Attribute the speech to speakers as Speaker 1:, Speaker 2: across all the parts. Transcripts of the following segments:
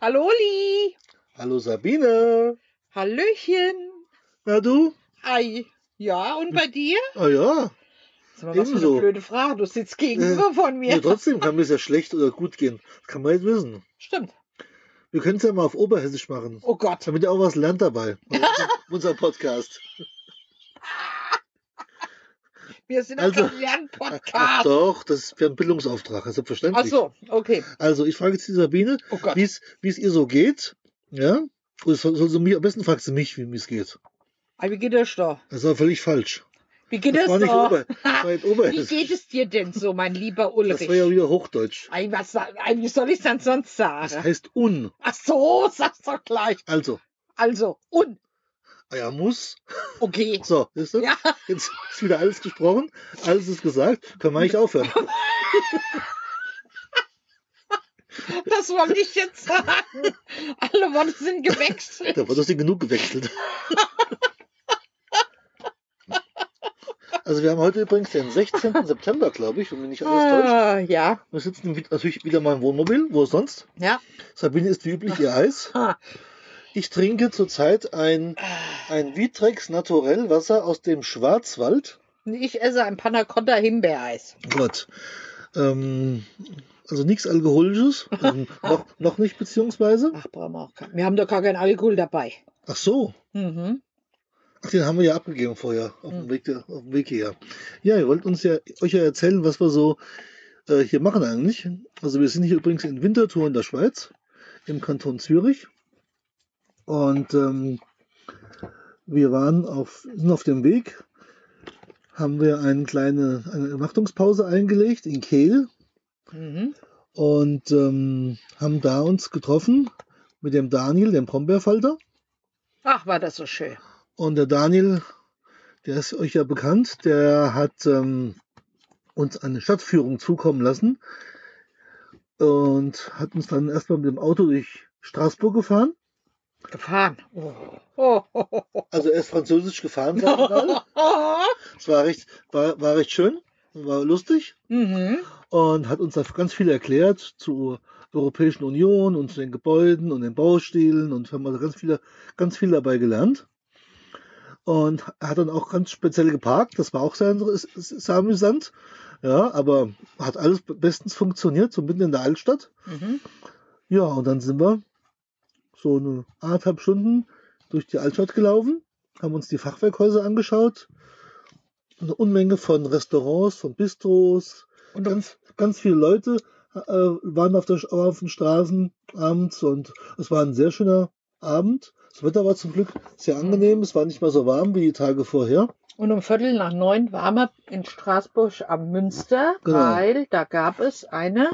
Speaker 1: Hallo Li.
Speaker 2: Hallo Sabine.
Speaker 1: Hallöchen.
Speaker 2: Na du?
Speaker 1: Ei. Ja, und bei dir?
Speaker 2: Ah ja.
Speaker 1: Das war was für
Speaker 2: Ebenso. Äh,
Speaker 1: eine blöde Frage. Du sitzt gegenüber von mir.
Speaker 2: ja. Trotzdem kann mir es ja schlecht oder gut gehen. Das kann man nicht wissen.
Speaker 1: Stimmt.
Speaker 2: Wir können es ja mal auf Oberhessisch machen.
Speaker 1: Oh Gott.
Speaker 2: Damit ihr auch was lernt dabei. Bei unserem- unserem Podcast.
Speaker 1: Wir sind
Speaker 2: Also-
Speaker 1: also, ein
Speaker 2: Ach
Speaker 1: Lernpodcast.
Speaker 2: doch, das wäre ein Bildungsauftrag, das ist selbstverständlich.
Speaker 1: Ach so, okay.
Speaker 2: Also ich frage jetzt die Sabine,
Speaker 1: Oh Gott.
Speaker 2: wie es wie es ihr so geht. Ja? Oder soll, soll sie mich, am besten fragt sie mich, wie es geht.
Speaker 1: Ei, wie geht es da?
Speaker 2: Das war völlig falsch.
Speaker 1: Wie geht
Speaker 2: Das
Speaker 1: es
Speaker 2: war nicht
Speaker 1: da?
Speaker 2: Ober, das war nicht
Speaker 1: Wie
Speaker 2: Oberhessisch.
Speaker 1: geht es dir denn so, mein lieber
Speaker 2: Das war
Speaker 1: Ulrich?
Speaker 2: ja wieder Hochdeutsch.
Speaker 1: Ei, was, sa- ei, wie soll ich denn sonst
Speaker 2: Das
Speaker 1: sagen?
Speaker 2: heißt un.
Speaker 1: Ach so, sag's doch gleich.
Speaker 2: Also,
Speaker 1: Also, und,
Speaker 2: ah ja, muss.
Speaker 1: okay.
Speaker 2: So, siehst du?
Speaker 1: Ja.
Speaker 2: Jetzt ist wieder alles gesprochen, alles ist gesagt, können wir nicht aufhören.
Speaker 1: Das wollte ich jetzt sagen. Alle Worte sind gewechselt.
Speaker 2: Da wurde das Ding genug gewechselt. Also wir haben heute übrigens den 16. September, glaube ich, wenn mich nicht alles täuscht.
Speaker 1: Ah, ja,
Speaker 2: Wir sitzen wi- natürlich wieder mal im Wohnmobil, wo sonst.
Speaker 1: ja.
Speaker 2: Sabine isst wie üblich ihr Eis.
Speaker 1: Ah.
Speaker 2: Ich trinke zurzeit ein, ein Vitrex Naturell Wasser aus dem Schwarzwald.
Speaker 1: Ich esse ein Panna Cotta Himbeereis.
Speaker 2: Gott. Ähm, also nichts Alkoholisches. Ähm, noch, noch nicht, beziehungsweise.
Speaker 1: Ach, brauchen wir auch keinen. Wir haben doch gar keinen Alkohol dabei.
Speaker 2: Ach so.
Speaker 1: Mhm.
Speaker 2: Ach, den haben wir ja abgegeben vorher, auf dem Weg, der, auf dem Weg hierher. Ja, ihr wollt uns ja euch ja erzählen, was wir so äh, hier machen eigentlich. Also wir sind hier übrigens in Winterthur in der Schweiz, im Kanton Zürich. Und ähm, wir waren auf, sind auf dem Weg, haben wir eine kleine eine Übernachtungspause eingelegt in Kehl
Speaker 1: Mhm.
Speaker 2: und ähm, haben da uns getroffen mit dem Daniel, dem Brombeerfalter.
Speaker 1: Ach, war das so schön.
Speaker 2: Und der Daniel, der ist euch ja bekannt, der hat ähm, uns eine Stadtführung zukommen lassen und hat uns dann erstmal mit dem Auto durch Straßburg gefahren.
Speaker 1: Gefahren. Oh. Oh, oh, oh, oh.
Speaker 2: Also er ist französisch gefahren. sag ich mal. Es war recht, war, war recht schön, war lustig
Speaker 1: Mhm.
Speaker 2: und hat uns da ganz viel erklärt zur Europäischen Union und zu den Gebäuden und den Baustilen und haben also ganz viel, ganz viel dabei gelernt. Und hat dann auch ganz speziell geparkt, das war auch sehr, inter- ist- ist- sehr amüsant. Ja, aber hat alles bestens funktioniert, so mitten in der Altstadt.
Speaker 1: Mhm.
Speaker 2: Ja, und dann sind wir so eine anderthalb Stunden durch die Altstadt gelaufen, haben uns die Fachwerkhäuser angeschaut, eine Unmenge von Restaurants, von Bistros,
Speaker 1: Und um,
Speaker 2: ganz, ganz viele Leute äh, waren auf, der, auf den Straßen abends und es war ein sehr schöner Abend. Das Wetter war zum Glück sehr angenehm, es war nicht mehr so warm wie die Tage vorher.
Speaker 1: Und um Viertel nach neun waren wir in Straßburg am Münster,
Speaker 2: Genau.
Speaker 1: weil da gab es eine,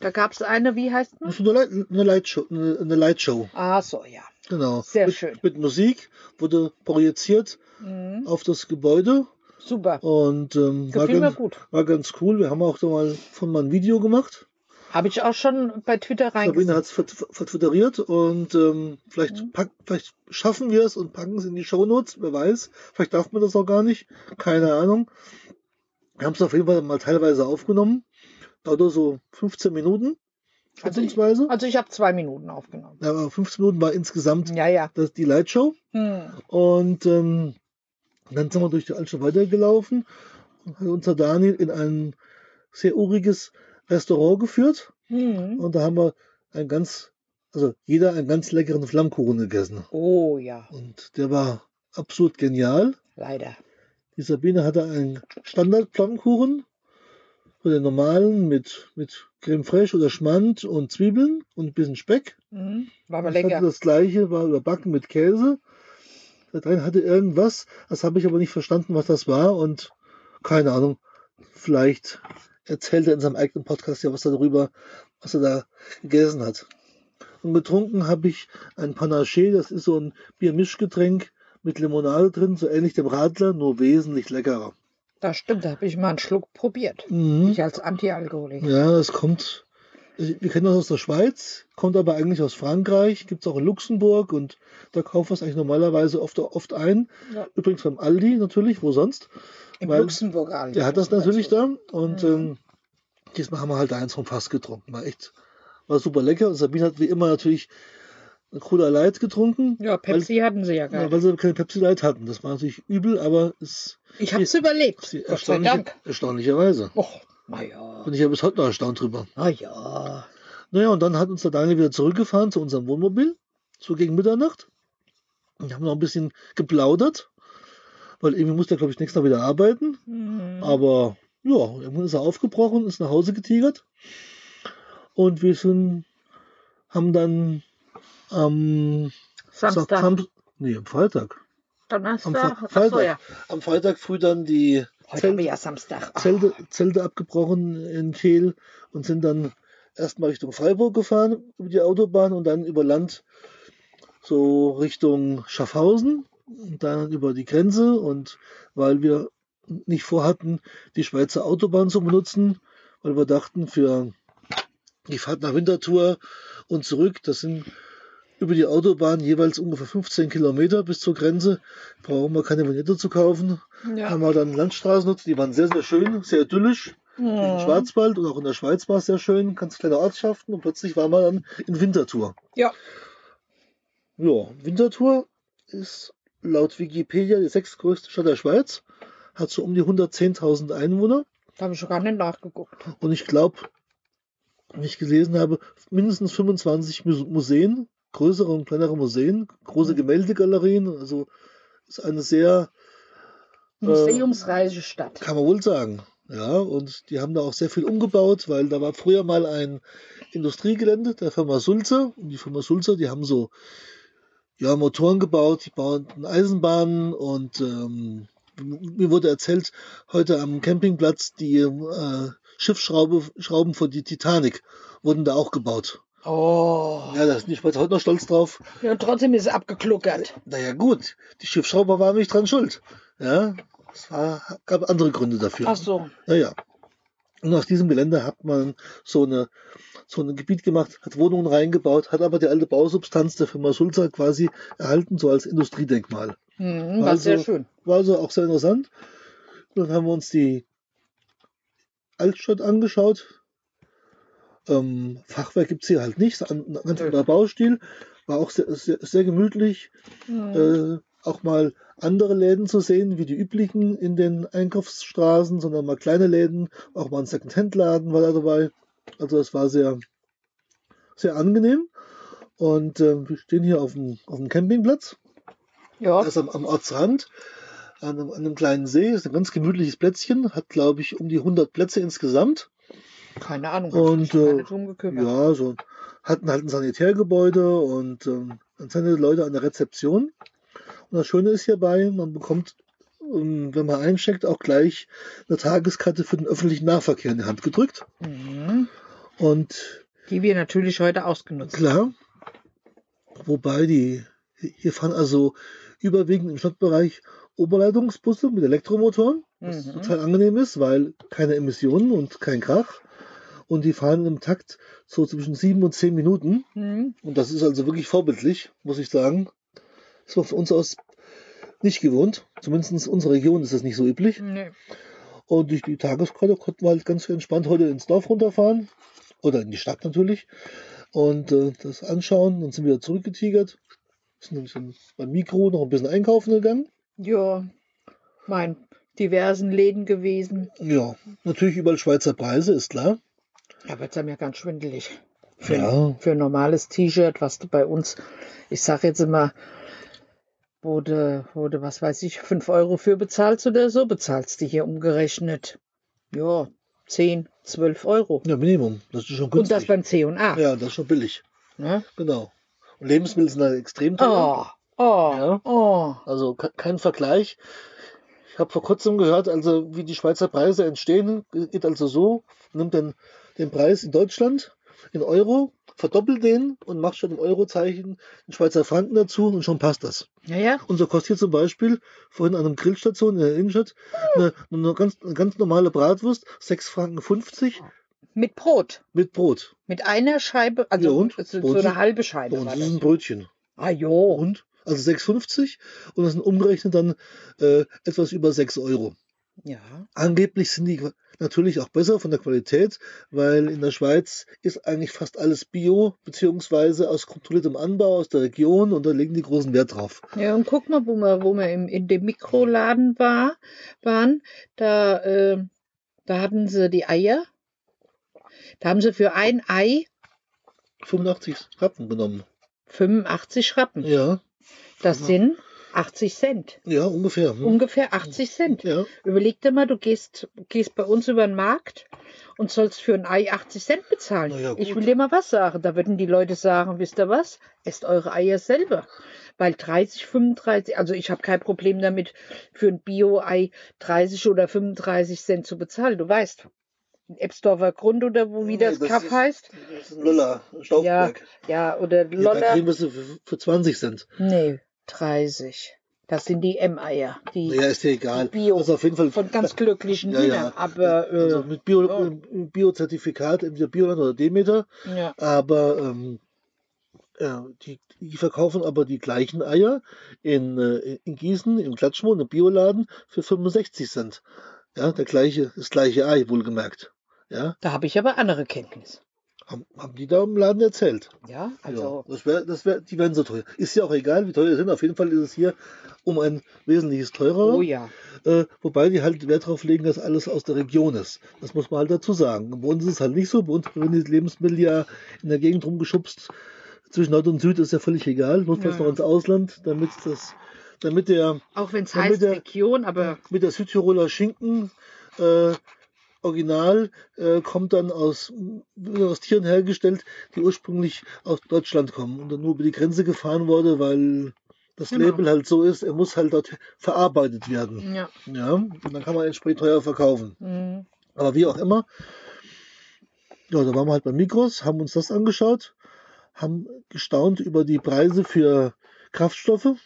Speaker 1: da gab es eine, wie heißt
Speaker 2: Das
Speaker 1: man?
Speaker 2: ist eine, Light, eine, Lightshow, eine, eine Lightshow,
Speaker 1: Ah, so, ja.
Speaker 2: genau.
Speaker 1: Sehr
Speaker 2: mit,
Speaker 1: schön.
Speaker 2: Mit Musik wurde projiziert
Speaker 1: Mhm.
Speaker 2: auf das Gebäude
Speaker 1: Super.
Speaker 2: und ähm, war,
Speaker 1: Gefiel mir
Speaker 2: ganz,
Speaker 1: gut.
Speaker 2: war ganz cool. Wir haben auch da mal von mal ein Video gemacht.
Speaker 1: Habe ich auch schon bei Twitter
Speaker 2: Sabine
Speaker 1: reingesehen.
Speaker 2: hat es vertwittert und ähm, vielleicht,
Speaker 1: Mhm.
Speaker 2: pack, vielleicht schaffen wir es und packen es in die Shownotes, wer weiß. Vielleicht darf man das auch gar nicht, keine Ahnung. Wir haben es auf jeden Fall mal teilweise aufgenommen. Dauert nur so 15 Minuten,
Speaker 1: Also ich,
Speaker 2: schätzungsweise.
Speaker 1: also ich habe zwei Minuten aufgenommen.
Speaker 2: Ja, aber 15 Minuten war insgesamt
Speaker 1: Ja, ja.
Speaker 2: das, die Lightshow.
Speaker 1: Hm.
Speaker 2: Und ähm, dann sind wir durch die Altstadt weitergelaufen und hat unser Daniel in ein sehr uriges Restaurant geführt.
Speaker 1: Hm.
Speaker 2: Und da haben wir ein ganz, also jeder einen ganz leckeren Flammkuchen gegessen.
Speaker 1: Oh ja,
Speaker 2: Und der war absolut genial.
Speaker 1: leider.
Speaker 2: Die Sabine hatte einen Standard-Flammkuchen, so den normalen mit, mit Creme fraiche oder Schmand und Zwiebeln und ein bisschen Speck.
Speaker 1: Mhm. War aber
Speaker 2: Ich hatte
Speaker 1: lecker.
Speaker 2: das gleiche, war überbacken mit Käse. Der Drein hatte irgendwas, das habe ich aber nicht verstanden, was das war und keine Ahnung. Vielleicht erzählt er in seinem eigenen Podcast ja was darüber, was er da gegessen hat. Und getrunken habe ich ein Panaché, das ist so ein Biermischgetränk mit Limonade drin, so ähnlich dem Radler, nur wesentlich leckerer.
Speaker 1: Das stimmt, da habe ich mal einen Schluck probiert.
Speaker 2: Mhm.
Speaker 1: Ich als Antialkoholiker.
Speaker 2: Ja, das kommt. Wir kennen das aus der Schweiz, kommt aber eigentlich aus Frankreich, gibt es auch in Luxemburg und da kaufen wir es eigentlich normalerweise oft, oft ein.
Speaker 1: Ja.
Speaker 2: Übrigens beim Aldi natürlich, wo sonst.
Speaker 1: Im Also,
Speaker 2: weil-
Speaker 1: Luxemburg
Speaker 2: Der hat das natürlich da und ähm, diesmal haben wir halt eins vom Fass getrunken. War echt, War super lecker. Und Sabine hat wie immer natürlich Cola Light getrunken,
Speaker 1: Ja, Pepsi hatten sie ja gar
Speaker 2: ja,
Speaker 1: nicht.
Speaker 2: weil sie keine Pepsi Light hatten. Das war natürlich übel, aber es
Speaker 1: ich hab's überlebt.
Speaker 2: sie-
Speaker 1: Gott sei
Speaker 2: erstaunliche,
Speaker 1: Dank.
Speaker 2: erstaunlicherweise.
Speaker 1: Och, naja.
Speaker 2: Bin ich ja bis heute noch erstaunt drüber.
Speaker 1: Naja.
Speaker 2: Naja, und dann hat uns der Daniel wieder zurückgefahren zu unserem Wohnmobil, so gegen Mitternacht. Und haben noch ein bisschen geplaudert, weil irgendwie musste er, glaube ich, nächstes Mal wieder arbeiten.
Speaker 1: Mhm.
Speaker 2: Ah, Aber ja, irgendwann ist er aufgebrochen, ist nach Hause getigert. Und wir sind, haben dann am
Speaker 1: Samstag,
Speaker 2: Sam- nee, am Freitag. Am
Speaker 1: Donnerstag.
Speaker 2: Fre-
Speaker 1: Achso,
Speaker 2: Freitag,
Speaker 1: ja.
Speaker 2: am Freitag früh dann die
Speaker 1: Heute
Speaker 2: Zelt-
Speaker 1: haben wir ja Samstag. Ah,
Speaker 2: Zelte, Zelte abgebrochen in Kehl und sind dann erstmal Richtung Freiburg gefahren über die Autobahn und dann über Land so Richtung Schaffhausen und dann über die Grenze und weil wir nicht vorhatten, die Schweizer Autobahn zu benutzen, weil wir dachten, für die Fahrt nach Winterthur und zurück, das sind über die Autobahn jeweils ungefähr 15 Kilometer bis zur Grenze, brauchen wir keine Vignette zu kaufen,
Speaker 1: ja.
Speaker 2: haben wir dann Landstraßen nutzt, die waren sehr, sehr schön, sehr idyllisch. Im
Speaker 1: Mhm.
Speaker 2: Schwarzwald und auch in der Schweiz war es sehr schön, ganz kleine Ortschaften und plötzlich waren wir dann in Winterthur.
Speaker 1: Ja.
Speaker 2: Ja, Winterthur ist laut Wikipedia die sechstgrößte Stadt der Schweiz, hat so um die 110.000 Einwohner
Speaker 1: Da habe ich schon gar nicht nachgeguckt.
Speaker 2: und ich glaube, wenn ich gelesen habe, mindestens 25 Muse- Museen, größere und kleinere Museen, große
Speaker 1: Mhm.
Speaker 2: Gemäldegalerien, also ist eine sehr Äh,
Speaker 1: Museumsreiche Stadt.
Speaker 2: Kann man wohl sagen. Ja, und die haben da auch sehr viel umgebaut, weil da war früher mal ein Industriegelände der Firma Sulzer. Und die Firma Sulzer, die haben so ja, Motoren gebaut, die bauten Eisenbahnen und ähm, mir wurde erzählt, heute am Campingplatz die äh, Schiffsschraube, Schrauben für die Titanic wurden da auch gebaut.
Speaker 1: Oh.
Speaker 2: Ja, da sind die Schweizer heute noch stolz drauf.
Speaker 1: Ja, und trotzdem ist es abgekluckert.
Speaker 2: Naja, gut, die Schiffsschrauber waren nicht dran schuld. Ja, es war, gab andere Gründe dafür.
Speaker 1: Ach so.
Speaker 2: Naja. Und aus diesem Gelände hat man so, eine, so ein Gebiet gemacht, hat Wohnungen reingebaut, hat aber die alte Bausubstanz der Firma Sulzer quasi erhalten, so als Industriedenkmal.
Speaker 1: Mhm, war
Speaker 2: Also-
Speaker 1: sehr schön.
Speaker 2: War also auch sehr interessant. Dann haben wir uns die Altstadt angeschaut. Ähm, Fachwerk gibt es hier halt nicht, ein ganz
Speaker 1: Nö.
Speaker 2: anderer Baustil. War auch sehr, sehr, sehr gemütlich
Speaker 1: Mhm.
Speaker 2: äh, auch mal andere Läden zu sehen, wie die üblichen in den Einkaufsstraßen, sondern mal kleine Läden, auch mal ein Second-Hand-Laden war da dabei. Also es war sehr, sehr angenehm. Und äh, wir stehen hier auf dem, auf dem Campingplatz,
Speaker 1: ja.
Speaker 2: das ist am, am Ortsrand, an einem, an einem kleinen See, ist ein ganz gemütliches Plätzchen, hat glaube ich um die 100 Plätze insgesamt.
Speaker 1: Keine Ahnung.
Speaker 2: Und,
Speaker 1: ich hab mich
Speaker 2: äh,
Speaker 1: gar nicht drum gekümmert.
Speaker 2: Ja, so hatten halt ein Sanitärgebäude und ähm, dann sind die Leute an der Rezeption. Und das Schöne ist hierbei, man bekommt, ähm, wenn man eincheckt, auch gleich eine Tageskarte für den öffentlichen Nahverkehr in die Hand gedrückt.
Speaker 1: Mhm.
Speaker 2: Und
Speaker 1: Die wir natürlich heute ausgenutzt
Speaker 2: klar, wobei die, hier fahren also überwiegend im Stadtbereich Oberleitungsbusse mit Elektromotoren, was
Speaker 1: Mhm.
Speaker 2: total angenehm ist, weil keine Emissionen und kein Krach. Und die fahren im Takt so zwischen sieben und zehn Minuten.
Speaker 1: haben.
Speaker 2: Und das ist also wirklich vorbildlich, muss ich sagen. Das war von uns aus nicht gewohnt. Zumindest in unserer Region ist das nicht so üblich.
Speaker 1: Mhm. Nee.
Speaker 2: Und durch die Tageskarte konnten wir halt ganz entspannt heute ins Dorf runterfahren. Oder in die Stadt natürlich. Und äh, das anschauen. Dann sind wir wieder zurückgetigert. Sind ein bisschen beim Mikro noch ein bisschen einkaufen gegangen.
Speaker 1: Ja, mein diversen Läden gewesen.
Speaker 2: Ja, natürlich überall Schweizer Preise, ist klar.
Speaker 1: Aber jetzt haben wir ganz schwindelig. Für,
Speaker 2: Ja.
Speaker 1: für ein normales T-Shirt, was du bei uns, ich sag jetzt immer, wo du, wo du, was weiß ich, 5 Euro für bezahlst oder so, bezahlst du hier umgerechnet. Ja, 10, 12 Euro.
Speaker 2: Ja, Minimum. Das ist schon
Speaker 1: Und
Speaker 2: günstig.
Speaker 1: das beim C&A.
Speaker 2: ja, das ist schon billig.
Speaker 1: Ne?
Speaker 2: Genau. Und Lebensmittel sind halt extrem teuer.
Speaker 1: Oh, oh,
Speaker 2: Ja.
Speaker 1: oh.
Speaker 2: Also ke- kein Vergleich. Ich habe vor kurzem gehört, also wie die Schweizer Preise entstehen, geht also so, nimmt dann den Preis in Deutschland in Euro, verdoppelt den und macht schon im Eurozeichen den Schweizer Franken dazu und schon passt das.
Speaker 1: Naja,
Speaker 2: Und so kostet hier zum Beispiel vorhin an einem Grillstation in der Innenstadt eine, eine, ganz, eine ganz normale Bratwurst 6,50 Franken
Speaker 1: mit Brot.
Speaker 2: mit Brot.
Speaker 1: Mit einer Scheibe, also
Speaker 2: Ja, und?
Speaker 1: so,
Speaker 2: Bei
Speaker 1: so
Speaker 2: uns
Speaker 1: eine
Speaker 2: ist-
Speaker 1: halbe
Speaker 2: Bei
Speaker 1: Scheibe
Speaker 2: uns
Speaker 1: war
Speaker 2: ist es
Speaker 1: das.
Speaker 2: ein Brötchen.
Speaker 1: Ah jo,
Speaker 2: Und? Also 6,50 und das sind umgerechnet dann äh, etwas über 6 Euro.
Speaker 1: Ja.
Speaker 2: Angeblich sind die natürlich auch besser von der Qualität, weil in der Schweiz ist eigentlich fast alles Bio, beziehungsweise aus kontrolliertem Anbau aus der Region und da legen die großen Wert drauf.
Speaker 1: Ja, und guck mal, wo wir, wo wir im, in dem Mikroladen war, waren, da, äh, da hatten sie die Eier. Da haben sie für ein Ei
Speaker 2: 85 Rappen genommen.
Speaker 1: 85 Rappen.
Speaker 2: Ja,
Speaker 1: Das sind 80 Cent.
Speaker 2: ja, ungefähr. Hm.
Speaker 1: Ungefähr 80 Cent.
Speaker 2: ja,
Speaker 1: Überleg dir mal, du gehst, gehst bei uns über den Markt und sollst für ein Ei 80 Cent bezahlen.
Speaker 2: Na ja, gut.
Speaker 1: ich will dir mal was sagen. Da würden die Leute sagen, wisst ihr was? Esst eure Eier selber. Weil 30, 35, also ich habe kein Problem damit, für ein Bio-Ei 30 oder 35 Cent zu bezahlen. Du weißt, in Eppsdorfer Grund oder wo wie
Speaker 2: Nee,
Speaker 1: das
Speaker 2: das
Speaker 1: Kaff
Speaker 2: ist-
Speaker 1: heißt.
Speaker 2: das ist ein Löller, Staubberg.
Speaker 1: Ja, oder
Speaker 2: Ja, da
Speaker 1: Lolla.
Speaker 2: kriegen wir sie für, für 20 Cent.
Speaker 1: nee, 30. Das sind die M-Eier. Die
Speaker 2: Naja, ist dir egal.
Speaker 1: Bio.
Speaker 2: Also auf jeden Fall
Speaker 1: von ganz glücklichen
Speaker 2: Ja,
Speaker 1: Hühnern.
Speaker 2: ja.
Speaker 1: Aber, äh,
Speaker 2: also mit Bio,
Speaker 1: ja.
Speaker 2: mit Bio-Zertifikat, entweder Bioland oder Demeter,
Speaker 1: äh, ja.
Speaker 2: aber ähm, äh, die, die verkaufen aber die gleichen Eier in, äh, in Gießen, im Klatschmoor, im Bioladen für 65 Cent. Ja, der gleiche, das gleiche Ei, wohlgemerkt. Ja,
Speaker 1: Da habe ich aber andere Kenntnis.
Speaker 2: haben, haben die da im Laden erzählt.
Speaker 1: Ja, also
Speaker 2: ja, das wär, das wär, die werden so teuer. Ist ja auch egal, wie teuer sie sind. Auf jeden Fall ist es hier um ein wesentliches teurer.
Speaker 1: oh ja.
Speaker 2: Äh, wobei die halt Wert darauf legen, dass alles aus der Region ist. Das muss man halt dazu sagen. Bei uns ist es halt nicht so. Bei uns werden die Lebensmittel ja in der Gegend rumgeschubst. Zwischen Nord und Süd ist ja völlig egal. Notfalls
Speaker 1: Ja,
Speaker 2: noch
Speaker 1: ja.
Speaker 2: ins Ausland, damit, das, damit der,
Speaker 1: Auch wenn es
Speaker 2: Damit
Speaker 1: heißt
Speaker 2: der-
Speaker 1: Region, aber
Speaker 2: mit der Südtiroler Schinken äh, original äh, kommt dann aus, wird aus Tieren hergestellt, die ursprünglich aus Deutschland kommen und dann nur über die Grenze gefahren wurde, weil das
Speaker 1: Genau.
Speaker 2: Label halt so ist, er muss halt dort verarbeitet werden.
Speaker 1: ja.
Speaker 2: Ja, und dann kann man entsprechend teuer verkaufen.
Speaker 1: Mhm.
Speaker 2: Aber wie auch immer, ja, da waren wir halt bei Mikros, haben uns das angeschaut, haben gestaunt über die Preise für Kraftstoffe.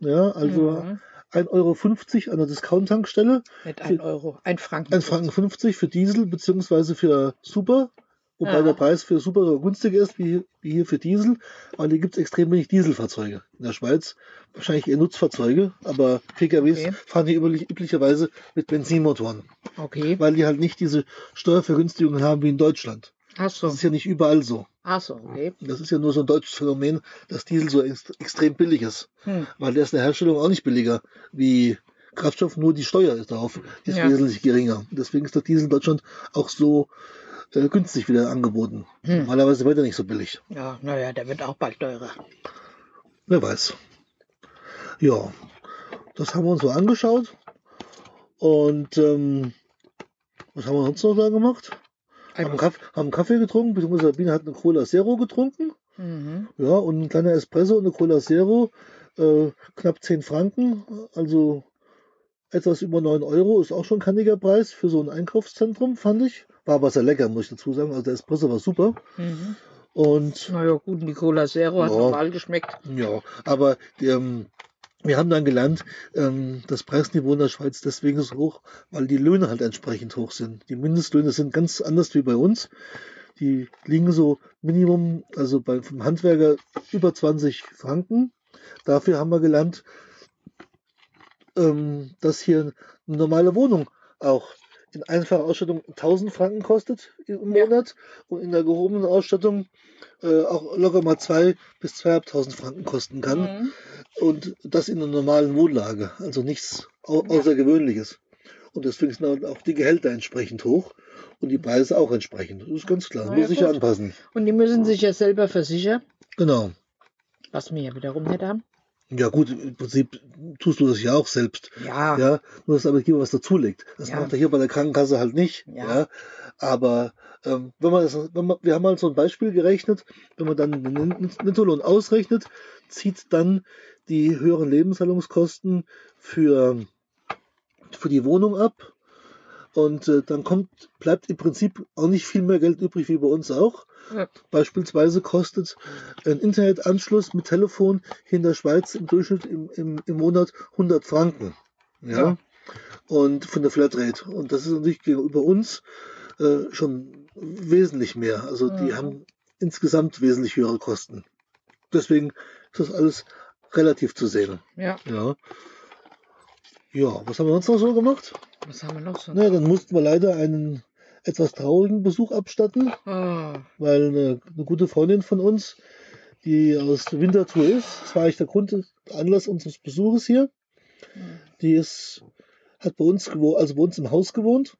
Speaker 2: Ja, also
Speaker 1: Mhm.
Speaker 2: 1,50 Euro an der Discount-Tankstelle,
Speaker 1: Mit 1 Euro, ein Franken.
Speaker 2: 1,50 Franken für Diesel bzw. für Super, wobei
Speaker 1: Ja.
Speaker 2: der Preis für Super so günstig ist wie, wie hier für Diesel, weil hier gibt es extrem wenig Dieselfahrzeuge in der Schweiz. Wahrscheinlich eher Nutzfahrzeuge, aber PKWs
Speaker 1: Okay.
Speaker 2: fahren hier üblich, üblicherweise mit Benzinmotoren
Speaker 1: Okay.
Speaker 2: weil die halt nicht diese Steuervergünstigungen haben wie in Deutschland.
Speaker 1: Achso,
Speaker 2: Das ist ja nicht überall so.
Speaker 1: achso, okay.
Speaker 2: Das ist ja nur so ein deutsches Phänomen, dass Diesel so ex extrem billig ist,
Speaker 1: Hm.
Speaker 2: weil der ist in der Herstellung auch nicht billiger wie Kraftstoff, nur die Steuer ist darauf, die ist
Speaker 1: Ja.
Speaker 2: wesentlich geringer. Deswegen ist der Diesel in Deutschland auch so äh, günstig wieder angeboten.
Speaker 1: Hm.
Speaker 2: Normalerweise wird er nicht so billig.
Speaker 1: Ja, naja, der wird auch bald teurer.
Speaker 2: Wer weiß. Ja, das haben wir uns so angeschaut. Und ähm, was haben wir sonst noch da gemacht? Haben,
Speaker 1: Ein,
Speaker 2: Kaff haben Kaffee getrunken, beziehungsweise Sabine hat eine Cola Zero getrunken.
Speaker 1: mhm.
Speaker 2: Ja, und ein kleiner Espresso und eine Cola Zero. Äh, knapp 10 Franken, also etwas über 9 Euro, ist auch schon ein kanniger Preis für so ein Einkaufszentrum, fand ich. War aber sehr lecker, muss ich dazu sagen. Also der Espresso war super.
Speaker 1: Mhm.
Speaker 2: Und
Speaker 1: Naja, gut, Nicola Zero hat
Speaker 2: Ja.
Speaker 1: normal geschmeckt.
Speaker 2: ja, aber ähm, wir haben dann gelernt, ähm, das Preisniveau in der Schweiz deswegen so hoch, weil die Löhne halt entsprechend hoch sind. Die Mindestlöhne sind ganz anders wie bei uns. die liegen so Minimum, also bei, vom Handwerker über 20 Franken. Dafür haben wir gelernt, ähm, dass hier eine normale Wohnung auch in einfacher Ausstattung 1000 Franken kostet im
Speaker 1: Ja.
Speaker 2: Monat und in der gehobenen Ausstattung äh, auch locker mal 2 bis 2.500 Franken kosten kann.
Speaker 1: Mhm.
Speaker 2: Und das in einer normalen Wohnlage, also nichts Au
Speaker 1: Ja.
Speaker 2: Außergewöhnliches. Und deswegen sind halt auch die Gehälter entsprechend hoch und die Preise auch entsprechend. Das ist ganz klar,
Speaker 1: Na ja,
Speaker 2: muss sich ja
Speaker 1: gut.
Speaker 2: anpassen.
Speaker 1: Und die müssen sich ja selber versichern,
Speaker 2: Genau.
Speaker 1: was wir ja wiederum nicht haben.
Speaker 2: Ja gut, im Prinzip tust du das ja auch selbst.
Speaker 1: Ja,
Speaker 2: Ja, nur dass der Arbeitgeber was dazulegt. Das
Speaker 1: Ja.
Speaker 2: macht er hier bei der Krankenkasse halt nicht.
Speaker 1: Ja.
Speaker 2: Ja. Aber ähm, wenn man das, wenn man, wir haben mal so ein Beispiel gerechnet, wenn man dann den Net- Nettolohn ausrechnet, zieht dann die höheren Lebenshaltungskosten für, für die Wohnung ab. Und äh, dann kommt, bleibt im Prinzip auch nicht viel mehr Geld übrig wie bei uns auch.
Speaker 1: Ja.
Speaker 2: Beispielsweise kostet ein Internetanschluss mit Telefon hier in der Schweiz im Durchschnitt im, im, im Monat 100 Franken. Ja.
Speaker 1: Ja.
Speaker 2: Und von der Flatrate. Und das ist natürlich gegenüber uns äh, schon wesentlich mehr. Also die
Speaker 1: Mhm.
Speaker 2: haben insgesamt wesentlich höhere Kosten. Deswegen ist das alles relativ zu sehen.
Speaker 1: ja.
Speaker 2: Ja. Ja, was haben wir sonst noch so gemacht?
Speaker 1: Was haben wir noch so?
Speaker 2: Naja, dann mussten wir leider einen etwas traurigen Besuch abstatten,
Speaker 1: Ah,
Speaker 2: weil eine, eine gute Freundin von uns, die aus Winterthur ist, das war eigentlich der Grund, Anlass unseres Besuches hier, die ist, hat bei uns gewo- also bei uns im Haus gewohnt,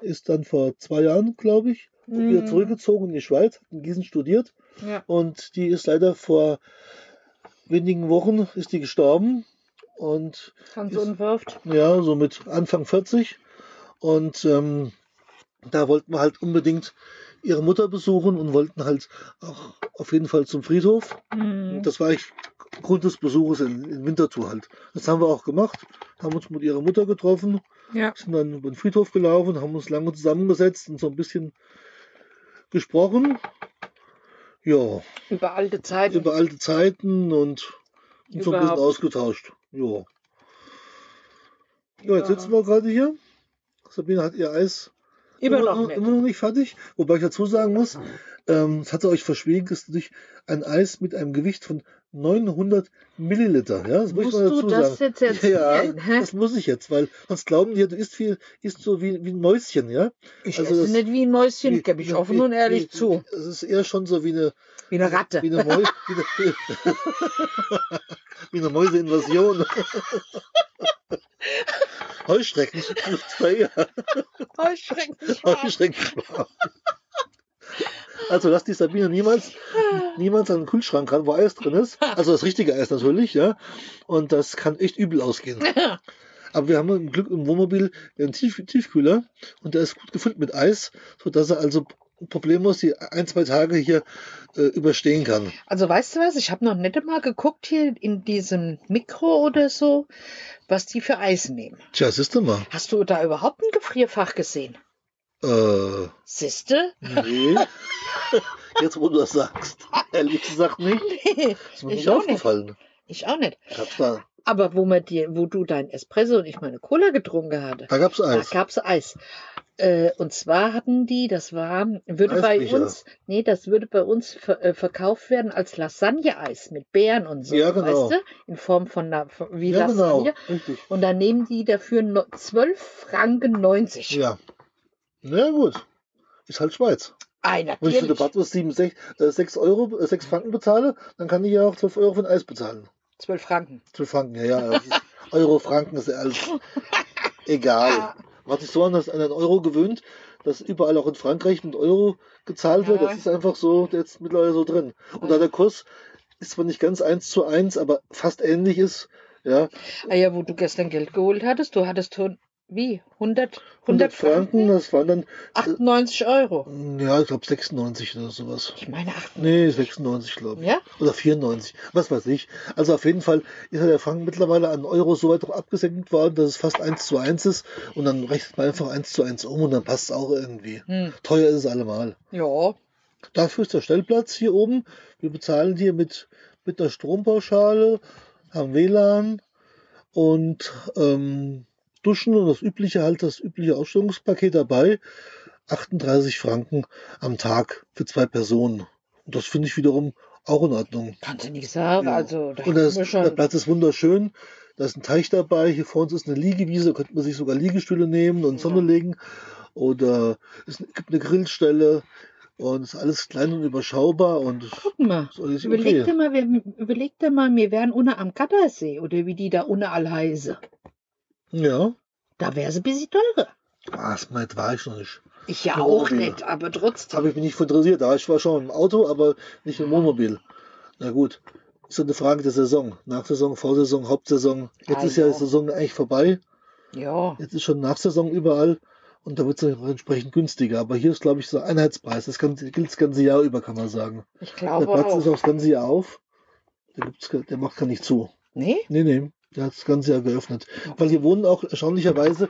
Speaker 2: ist dann vor zwei Jahren, glaube ich, wieder
Speaker 1: Mm.
Speaker 2: zurückgezogen in die Schweiz, hat in Gießen studiert
Speaker 1: ja.
Speaker 2: und die ist leider vor wenigen Wochen ist die gestorben und
Speaker 1: Hans
Speaker 2: Ist-
Speaker 1: unwirft.
Speaker 2: ja, so mit Anfang 40. Und ähm, da wollten wir halt unbedingt ihre Mutter besuchen und wollten halt auch auf jeden Fall zum Friedhof.
Speaker 1: Mhm.
Speaker 2: Und das war eigentlich Grund des Besuches in, in Winterthur halt. Das haben wir auch gemacht, haben uns mit ihrer Mutter getroffen,
Speaker 1: Ja.
Speaker 2: sind dann über den Friedhof gelaufen, haben uns lange zusammengesetzt und so ein bisschen gesprochen. Ja,
Speaker 1: Über alte Zeiten.
Speaker 2: über alte Zeiten und uns so ein bisschen
Speaker 1: Überhaupt.
Speaker 2: ausgetauscht. Ja. Ja, jetzt sitzen wir gerade hier. Sabine hat ihr Eis
Speaker 1: Immer noch
Speaker 2: nicht.
Speaker 1: nicht. Mhm.
Speaker 2: immer noch nicht fertig. Wobei ich dazu sagen muss, ähm, es hat sie euch verschwiegen, ist natürlich ein Eis mit einem Gewicht von 900 Milliliter. Ja, das muss ich
Speaker 1: Musst
Speaker 2: mal dazu
Speaker 1: du das
Speaker 2: sagen.
Speaker 1: jetzt erzählen?
Speaker 2: ja,
Speaker 1: hä?
Speaker 2: das muss ich jetzt, weil sonst glauben die, ja, du isst, viel, isst so wie, wie ein Mäuschen, ja?
Speaker 1: Ich
Speaker 2: also
Speaker 1: esse
Speaker 2: das-
Speaker 1: nicht wie ein Mäuschen,
Speaker 2: Wie-
Speaker 1: gebe ich
Speaker 2: wie-
Speaker 1: offen
Speaker 2: wie-
Speaker 1: und ehrlich
Speaker 2: wie-
Speaker 1: zu.
Speaker 2: Es ist eher schon so wie eine,
Speaker 1: Wie eine Ratte.
Speaker 2: wie eine, Mäu wie eine, wie eine Mäuseinvasion. Heuschrecken. Ja,
Speaker 1: Oh, schrecklich.
Speaker 2: Heuschrecken. Also lass die Sabine niemals, niemals an den Kühlschrank ran, wo Eis drin ist. Also das richtige Eis natürlich, ja. Und das kann echt übel ausgehen. Aber wir haben im Glück im Wohnmobil einen Tief Tiefkühler und der ist gut gefüllt mit Eis, sodass er also problemlos die ein, zwei Tage hier äh, überstehen kann.
Speaker 1: Also weißt du was, ich habe noch nicht mal geguckt hier in diesem Mikro oder so, was die für Eis nehmen.
Speaker 2: Tja, siehst du mal.
Speaker 1: Hast du da überhaupt ein Gefrierfach gesehen?
Speaker 2: Äh,
Speaker 1: Siste?
Speaker 2: nee. Jetzt, wo du das sagst. Ehrlich gesagt nicht.
Speaker 1: Nee,
Speaker 2: Ist mir nicht
Speaker 1: ich auch nicht.
Speaker 2: aufgefallen.
Speaker 1: Ich auch nicht.
Speaker 2: Gab's da
Speaker 1: Aber wo, man dir, wo du dein Espresso und ich meine Cola getrunken hatte,
Speaker 2: da gab's
Speaker 1: da
Speaker 2: Eis.
Speaker 1: gab's Eis. Äh, und zwar hatten die, das war, würde bei
Speaker 2: Eisbecher.
Speaker 1: uns, nee, das würde bei uns ver äh, verkauft werden als Lasagne-Eis mit Beeren und so,
Speaker 2: Ja, genau.
Speaker 1: weißt du? In Form von, einer- von wie
Speaker 2: ja, genau.
Speaker 1: Lasagne.
Speaker 2: Richtig.
Speaker 1: Und dann nehmen die dafür no- 12 Franken 90.
Speaker 2: Ja. Na gut. Ist halt Schweiz.
Speaker 1: Ei,
Speaker 2: Wenn ich für eine
Speaker 1: natürlich.
Speaker 2: Bratwurst 7, 6, äh, 6 Euro, äh, 6 Franken bezahle, dann kann ich ja auch 12 Euro für ein Eis bezahlen.
Speaker 1: 12 Franken.
Speaker 2: 12 Franken, ja, ja. das ist- Euro, Franken ist ja alles egal. Man hat sich so an, das, an den Euro gewöhnt, dass überall auch in Frankreich mit Euro gezahlt wird.
Speaker 1: Ja.
Speaker 2: Das ist einfach so jetzt mittlerweile so drin. Und da der Kurs ist zwar nicht ganz eins zu eins, aber fast ähnlich ist, ja,
Speaker 1: Ah ja, wo du gestern Geld geholt hattest, du hattest schon, wie, 100, 100
Speaker 2: 100 Franken,
Speaker 1: Franken?
Speaker 2: das waren dann,
Speaker 1: 98 Euro.
Speaker 2: ja, ich glaube 96 oder sowas.
Speaker 1: Ich meine 98.
Speaker 2: Nee, 96, glaube ich.
Speaker 1: Ja?
Speaker 2: Oder 94, was weiß ich. Also auf jeden Fall ist ja der Franken mittlerweile an Euro so weit hoch abgesenkt worden, dass es fast 1 zu 1 ist. Und dann rechnet man einfach 1 zu 1 um und dann passt es auch irgendwie.
Speaker 1: Hm.
Speaker 2: Teuer ist es allemal.
Speaker 1: Ja,
Speaker 2: Dafür ist der Stellplatz hier oben. Wir bezahlen hier mit, mit einer Strompauschale, haben WLAN und ähm, Duschen und das übliche halt, das übliche Ausstellungspaket dabei. 38 Franken am Tag für zwei Personen. Und das finde ich wiederum auch in Ordnung.
Speaker 1: kannst du nicht sagen.
Speaker 2: Ja.
Speaker 1: Also, da
Speaker 2: und
Speaker 1: haben
Speaker 2: das,
Speaker 1: wir
Speaker 2: der
Speaker 1: schon.
Speaker 2: Platz ist wunderschön. Da ist ein Teich dabei. Hier vor uns ist eine Liegewiese. Da könnte man sich sogar Liegestühle nehmen und Sonne legen. Oder es gibt eine Grillstelle. Und es ist alles klein und überschaubar. Und
Speaker 1: Guck mal.
Speaker 2: so ist
Speaker 1: Überleg
Speaker 2: okay.
Speaker 1: dir, mal, wir, überleg dir mal, wir wären ohne am Gattersee oder wie die da ohne all heiße.
Speaker 2: Ja.
Speaker 1: Da wäre ein bisschen teurer.
Speaker 2: Was, meint war ich noch nicht.
Speaker 1: Ich ja
Speaker 2: Ja,
Speaker 1: auch
Speaker 2: Wohnmobil.
Speaker 1: nicht, aber
Speaker 2: Das
Speaker 1: trotzdem.
Speaker 2: habe ich mich nicht für interessiert. Da ich war schon im Auto, aber nicht im Wohnmobil. Na gut. Ist ja eine Frage der Saison. Nachsaison, Vorsaison, Hauptsaison. Jetzt
Speaker 1: Ja,
Speaker 2: ist ja
Speaker 1: ja.
Speaker 2: die Saison eigentlich vorbei.
Speaker 1: Ja,
Speaker 2: Jetzt ist schon Nachsaison überall und da wird es entsprechend günstiger. Aber hier ist, glaube ich, so ein Einheitspreis. Das ganze, gilt das ganze Jahr über, kann man sagen.
Speaker 1: ich
Speaker 2: Der
Speaker 1: glaube
Speaker 2: Platz ist
Speaker 1: auch.
Speaker 2: auch das ganze Jahr auf. Der, gibt's, ke- der macht gar nicht zu.
Speaker 1: Nee?
Speaker 2: Nee, nee. Der hat das ganze Jahr geöffnet. Weil hier wohnen auch erstaunlicherweise,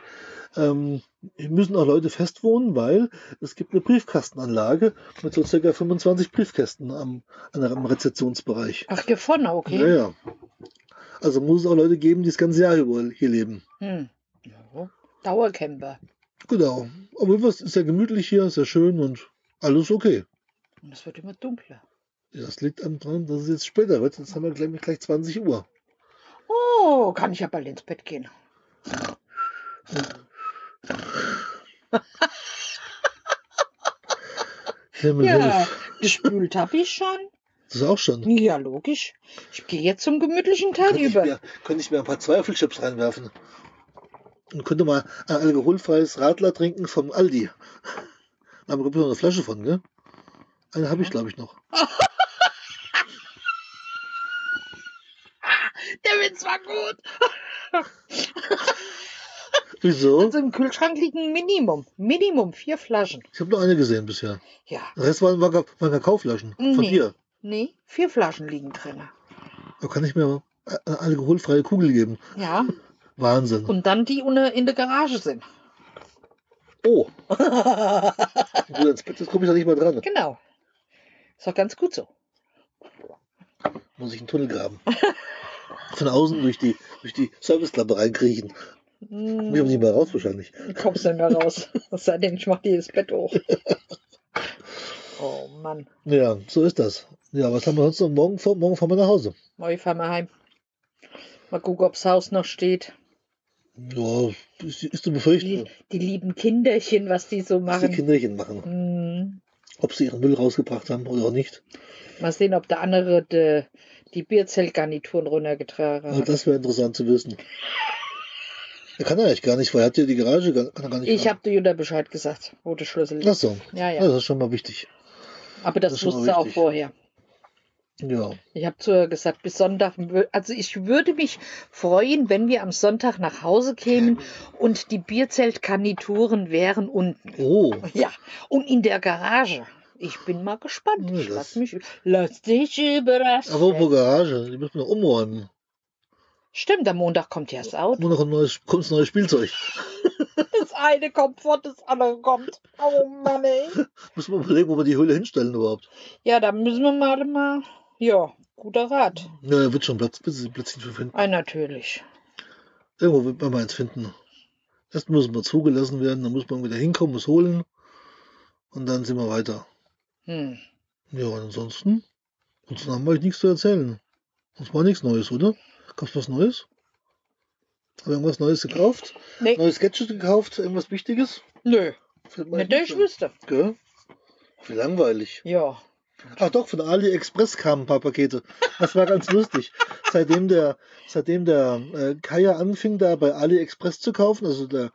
Speaker 2: ähm, hier müssen auch Leute festwohnen, weil es gibt eine Briefkastenanlage mit so circa 25 Briefkästen am, an der- am Rezeptionsbereich.
Speaker 1: Ach, hier vorne, okay.
Speaker 2: Naja. Also muss es auch Leute geben, die das ganze Jahr über hier leben.
Speaker 1: Hm. Ja. Dauercamper.
Speaker 2: Genau. Aber was ist ja gemütlich hier, ist ja schön und alles okay.
Speaker 1: Und es wird immer dunkler.
Speaker 2: Ja, Das liegt am dran, dass es jetzt später wird. Jetzt haben wir gleich, gleich 20 Uhr.
Speaker 1: Oh, kann ich ja bald ins Bett gehen.
Speaker 2: Himmel,
Speaker 1: Ja,
Speaker 2: Hilf.
Speaker 1: gespült habe ich schon.
Speaker 2: Das ist auch schon.
Speaker 1: Ja, logisch. Ich gehe jetzt zum gemütlichen Teil
Speaker 2: Könnte ich,
Speaker 1: über.
Speaker 2: mir, könnte ich mir ein paar Zweifelchips reinwerfen. Und könnte mal ein alkoholfreies Radler trinken vom Aldi. Da haben wir noch eine Flasche von, gell? Eine habe ich, glaube ich, noch.
Speaker 1: Der Witz war gut.
Speaker 2: Hm? Wieso?
Speaker 1: Also im Kühlschrank liegen Minimum, Minimum vier Flaschen.
Speaker 2: Ich habe nur eine gesehen bisher.
Speaker 1: Ja,
Speaker 2: Der Rest waren, waren, waren Kakaoflaschen. Von
Speaker 1: Nee.
Speaker 2: dir.
Speaker 1: nee, vier Flaschen liegen drin.
Speaker 2: Da kann ich mir eine alkoholfreie Kugel geben.
Speaker 1: Ja,
Speaker 2: Wahnsinn.
Speaker 1: und dann die ohne in der Garage sind.
Speaker 2: Oh. Gut, ins Bett, jetzt komme ich da nicht mehr dran.
Speaker 1: Genau. Ist doch ganz gut so.
Speaker 2: Muss ich einen Tunnel graben. Von außen durch die, durch die Serviceklappe reinkriechen. Muss ich
Speaker 1: Hm,
Speaker 2: aber nicht mehr raus wahrscheinlich.
Speaker 1: du kommst nicht mehr raus. Es sei denn, ich mach dir das Bett hoch. Oh Mann.
Speaker 2: Ja, so ist das. Ja, was haben wir sonst noch? Morgen, vor, morgen fahren wir nach Hause.
Speaker 1: Mal, ich fahr mal heim. Mal gucken, ob's Haus noch steht.
Speaker 2: Ja, ist, ist zu befürchten,
Speaker 1: Die, die lieben Kinderchen, was die so
Speaker 2: was die
Speaker 1: machen.
Speaker 2: Kinderchen machen.
Speaker 1: Hm.
Speaker 2: Ob sie ihren Müll rausgebracht haben oder auch nicht.
Speaker 1: Mal sehen, ob der andere de, die Bierzellgarnituren runtergetragen
Speaker 2: Aber
Speaker 1: hat.
Speaker 2: Also das wäre interessant zu wissen. Er kann er eigentlich gar nicht, weil er hat ja die Garage gar, kann er gar nicht.
Speaker 1: Ich
Speaker 2: ran.
Speaker 1: habe dir Jutta Bescheid gesagt, wo der Schlüssel
Speaker 2: Ach
Speaker 1: ist.
Speaker 2: so,
Speaker 1: Ja,
Speaker 2: das
Speaker 1: ja.
Speaker 2: ist schon mal wichtig.
Speaker 1: Aber das,
Speaker 2: das ist schon mal
Speaker 1: wusste sie auch
Speaker 2: wichtig.
Speaker 1: vorher.
Speaker 2: Ja,
Speaker 1: Ich habe zu ihr gesagt, bis Sonntag. wür- Also ich würde mich freuen, wenn wir am Sonntag nach Hause kämen und die Bierzeltgarnituren wären unten.
Speaker 2: oh,
Speaker 1: Ja, und in der Garage. Ich bin mal gespannt.
Speaker 2: Ja,
Speaker 1: Ich
Speaker 2: das-
Speaker 1: lass mich, lass dich überraschen.
Speaker 2: apropos Garage, die müssen wir noch umordnen.
Speaker 1: Stimmt, am Montag kommt ja das Auto.
Speaker 2: Nur noch ein neues, kommt ein neues Spielzeug.
Speaker 1: Das eine kommt fort, das andere kommt. Oh Mann, ey.
Speaker 2: Müssen wir überlegen, wo wir die Höhle hinstellen überhaupt.
Speaker 1: Ja, da müssen wir mal mal. Ja, guter Rat.
Speaker 2: Ja, da wird schon Platz, Plätzchen für finden.
Speaker 1: Ah, natürlich.
Speaker 2: Irgendwo wird man mal eins finden. Erst müssen wir zugelassen werden, dann muss man wieder hinkommen, es holen. Und dann sind wir weiter.
Speaker 1: Hm.
Speaker 2: Ja, und ansonsten, sonst haben wir euch nichts zu erzählen. Sonst war nichts Neues, oder? Gab's was Neues? Haben wir irgendwas Neues gekauft?
Speaker 1: Nee.
Speaker 2: Neue Sketches gekauft? Irgendwas Wichtiges?
Speaker 1: Nö,
Speaker 2: Fällt mir
Speaker 1: nicht,
Speaker 2: eigentlich
Speaker 1: dass ich
Speaker 2: ein.
Speaker 1: wüsste.
Speaker 2: Gell? Wie langweilig.
Speaker 1: Ja.
Speaker 2: Ach doch, von AliExpress kamen ein paar Pakete. Das war ganz lustig. Seitdem der, seitdem der äh, Kai ja anfing, da bei AliExpress zu kaufen, also der,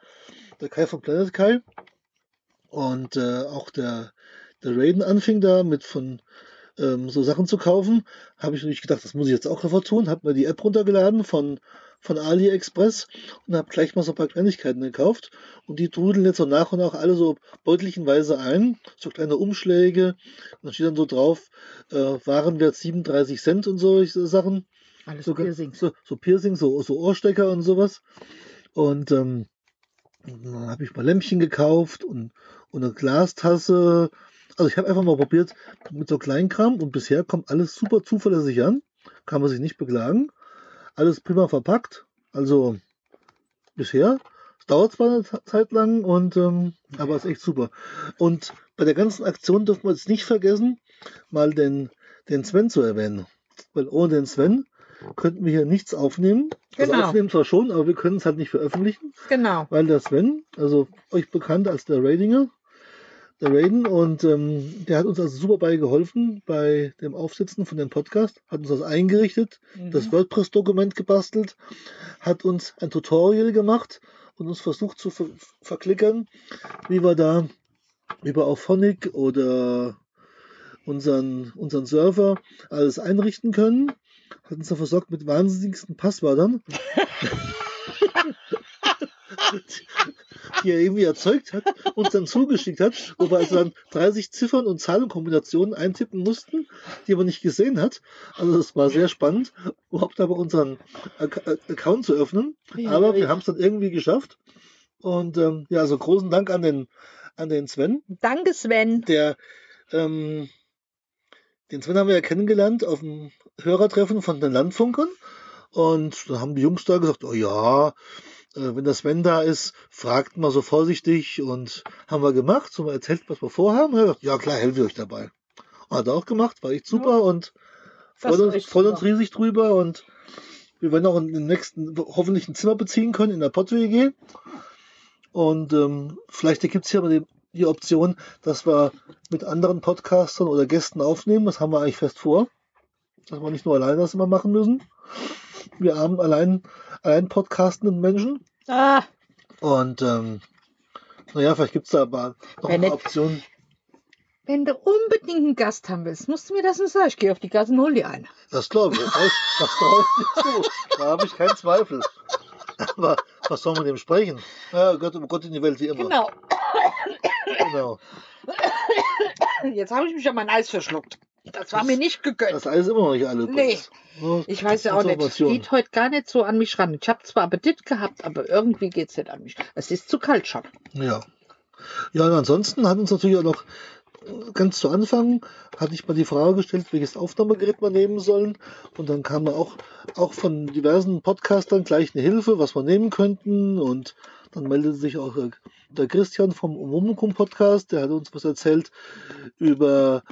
Speaker 2: der Kai von Planet Kai und äh, auch der, der Raiden anfing da mit von ähm, so Sachen zu kaufen, habe ich natürlich gedacht, das muss ich jetzt auch sofort tun. Habe mir die App runtergeladen von, von AliExpress und habe gleich mal so ein paar Kleinigkeiten gekauft. Und die trudeln jetzt so nach und nach alle so beutelchenweise ein, so kleine Umschläge. Und dann steht dann so drauf, äh, Warenwert 37 Cent und so so Sachen.
Speaker 1: Alles
Speaker 2: So, ge-
Speaker 1: Piercings.
Speaker 2: So, so Piercings, so, so Ohrstecker und sowas. Und ähm, dann habe ich mal Lämpchen gekauft und, und eine Glastasse. Also ich habe einfach mal probiert mit so Kleinkram und bisher kommt alles super zuverlässig an. Kann man sich nicht beklagen. Alles prima verpackt. Also bisher. Es dauert zwar eine Ze- Zeit lang, und, ähm, aber ist echt super. Und bei der ganzen Aktion dürfen wir jetzt nicht vergessen, mal den, den Sven zu erwähnen. Weil ohne den Sven könnten wir hier nichts aufnehmen. Also
Speaker 1: Genau.
Speaker 2: aufnehmen zwar schon, aber wir können es halt nicht veröffentlichen
Speaker 1: Genau.
Speaker 2: weil der Sven, also euch bekannt als der Raidinger, der Raiden, und ähm, der hat uns also super bei geholfen bei dem Aufsitzen von dem Podcast, hat uns das eingerichtet,
Speaker 1: Mhm.
Speaker 2: das WordPress-Dokument gebastelt, hat uns ein Tutorial gemacht und uns versucht zu ver verklickern, wie wir da über Auphonic oder unseren, unseren Server alles einrichten können. Hat uns da versorgt mit wahnsinnigsten Passwörtern. die er irgendwie erzeugt hat, uns dann zugeschickt hat, wo wir also dann 30 Ziffern und Zahlenkombinationen eintippen mussten, die man nicht gesehen hat. Also es war sehr spannend, überhaupt aber unseren Ac Account zu öffnen. Aber wir haben es dann irgendwie geschafft. Und ähm, ja, also großen Dank an den, an den Sven,
Speaker 1: Danke, Sven.
Speaker 2: der ähm, den Sven haben wir ja kennengelernt auf dem Hörertreffen von den Landfunkern. Und dann haben die Jungs da gesagt, oh ja, äh, wenn der Sven da ist, fragt mal so vorsichtig und haben wir gemacht, so mal erzählt, was wir vorhaben. Und er hat gesagt, ja klar, helfen wir euch dabei. Und hat er auch gemacht, war echt super und
Speaker 1: Das
Speaker 2: freuen
Speaker 1: war
Speaker 2: uns,
Speaker 1: echt
Speaker 2: freuen uns
Speaker 1: super.
Speaker 2: riesig drüber und wir werden auch in den nächsten hoffentlich ein Zimmer beziehen können in der Pott-WG. Und ähm, vielleicht gibt es hier mal die, die Option, dass wir mit anderen Podcastern oder Gästen aufnehmen. Das haben wir eigentlich fest vor. Dass wir nicht nur alleine das immer machen müssen. Wir haben allein, allein podcastenden Menschen.
Speaker 1: Ah,
Speaker 2: Und ähm, naja, vielleicht gibt es da aber noch
Speaker 1: Wenn
Speaker 2: eine
Speaker 1: nicht-
Speaker 2: Option.
Speaker 1: wenn du unbedingt einen Gast haben willst, musst du mir das nur sagen. Ich gehe auf die Gasse und hol dir einen.
Speaker 2: Das glaube ich. Das traue ich- das traue ich dir zu. Da habe ich keinen Zweifel. Aber was soll man dem sprechen? Ja, Gott, um Gott in die Welt wie immer.
Speaker 1: Genau.
Speaker 2: Genau.
Speaker 1: Jetzt habe ich mich an mein Eis verschluckt. Das war mir nicht gegönnt.
Speaker 2: Das Eis ist immer noch nicht alle. übrigens. Ja,
Speaker 1: Ich weiß ja auch nicht.
Speaker 2: Information.
Speaker 1: Geht heute gar nicht so an mich ran. Ich habe zwar Appetit gehabt, aber irgendwie geht es nicht an mich. Es ist zu kalt schon.
Speaker 2: Ja. Ja, und ansonsten hat uns natürlich auch noch äh, ganz zu Anfang hatte ich mal die Frage gestellt, welches Aufnahmegerät man nehmen sollen. Und dann kam da auch, auch von diversen Podcastern gleich eine Hilfe, was wir nehmen könnten. Und dann meldete sich auch äh, der Christian vom Umumkum Podcast, der hat uns was erzählt über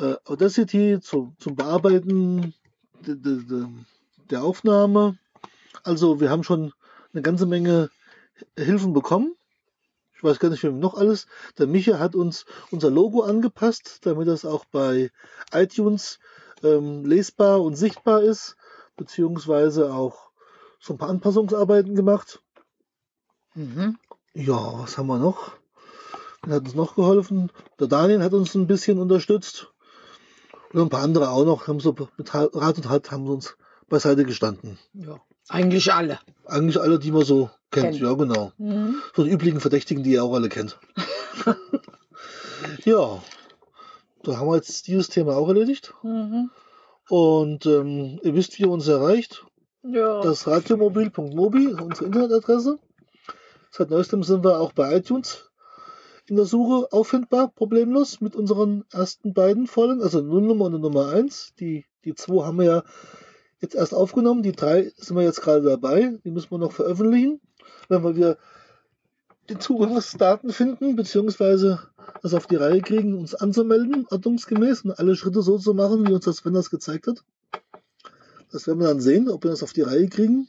Speaker 2: äh, Audacity zu, zum Bearbeiten de, de, de, der Aufnahme. Also wir haben schon eine ganze Menge Hilfen bekommen. Ich weiß gar nicht, wem noch alles. Der Micha hat uns unser Logo angepasst, damit das auch bei iTunes ähm, lesbar und sichtbar ist, beziehungsweise auch so ein paar Anpassungsarbeiten gemacht.
Speaker 1: Mhm.
Speaker 2: Ja, was haben wir noch? Wer hat uns noch geholfen? Der Daniel hat uns ein bisschen unterstützt. Und ein paar andere auch noch, haben so mit Rat und Tat haben sie uns beiseite gestanden.
Speaker 1: Ja. Eigentlich alle.
Speaker 2: Eigentlich alle, die man so kennt.
Speaker 1: Kennt.
Speaker 2: Ja, genau.
Speaker 1: Mhm.
Speaker 2: So die üblichen Verdächtigen, die ihr auch alle kennt. ja, da haben wir jetzt dieses Thema auch erledigt.
Speaker 1: Mhm.
Speaker 2: Und ähm, ihr wisst, wie ihr uns erreicht.
Speaker 1: Ja.
Speaker 2: Das radiomobil.mobi ist unsere Internetadresse. Seit neuestem sind wir auch bei iTunes in der Suche auffindbar, problemlos, mit unseren ersten beiden Folgen, also Nullnummer und Nummer 1. Die, die zwei haben wir ja jetzt erst aufgenommen, die drei sind wir jetzt gerade dabei, die müssen wir noch veröffentlichen. Wenn wir wieder die Zugangsdaten finden, beziehungsweise das auf die Reihe kriegen, uns anzumelden, ordnungsgemäß und alle Schritte so zu machen, wie uns das Sven das gezeigt hat. Das werden wir dann sehen, ob wir das auf die Reihe kriegen.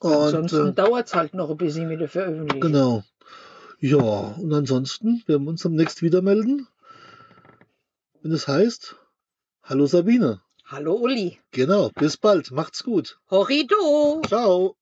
Speaker 2: Und,
Speaker 1: Ansonsten
Speaker 2: äh,
Speaker 1: dauert es halt noch ein bisschen mit der Veröffentlichung.
Speaker 2: Genau. Ja, und ansonsten werden wir uns am nächsten wieder melden. Wenn es heißt, hallo Sabine.
Speaker 1: Hallo Uli.
Speaker 2: Genau, bis bald. Macht's gut.
Speaker 1: Horrido.
Speaker 2: Ciao.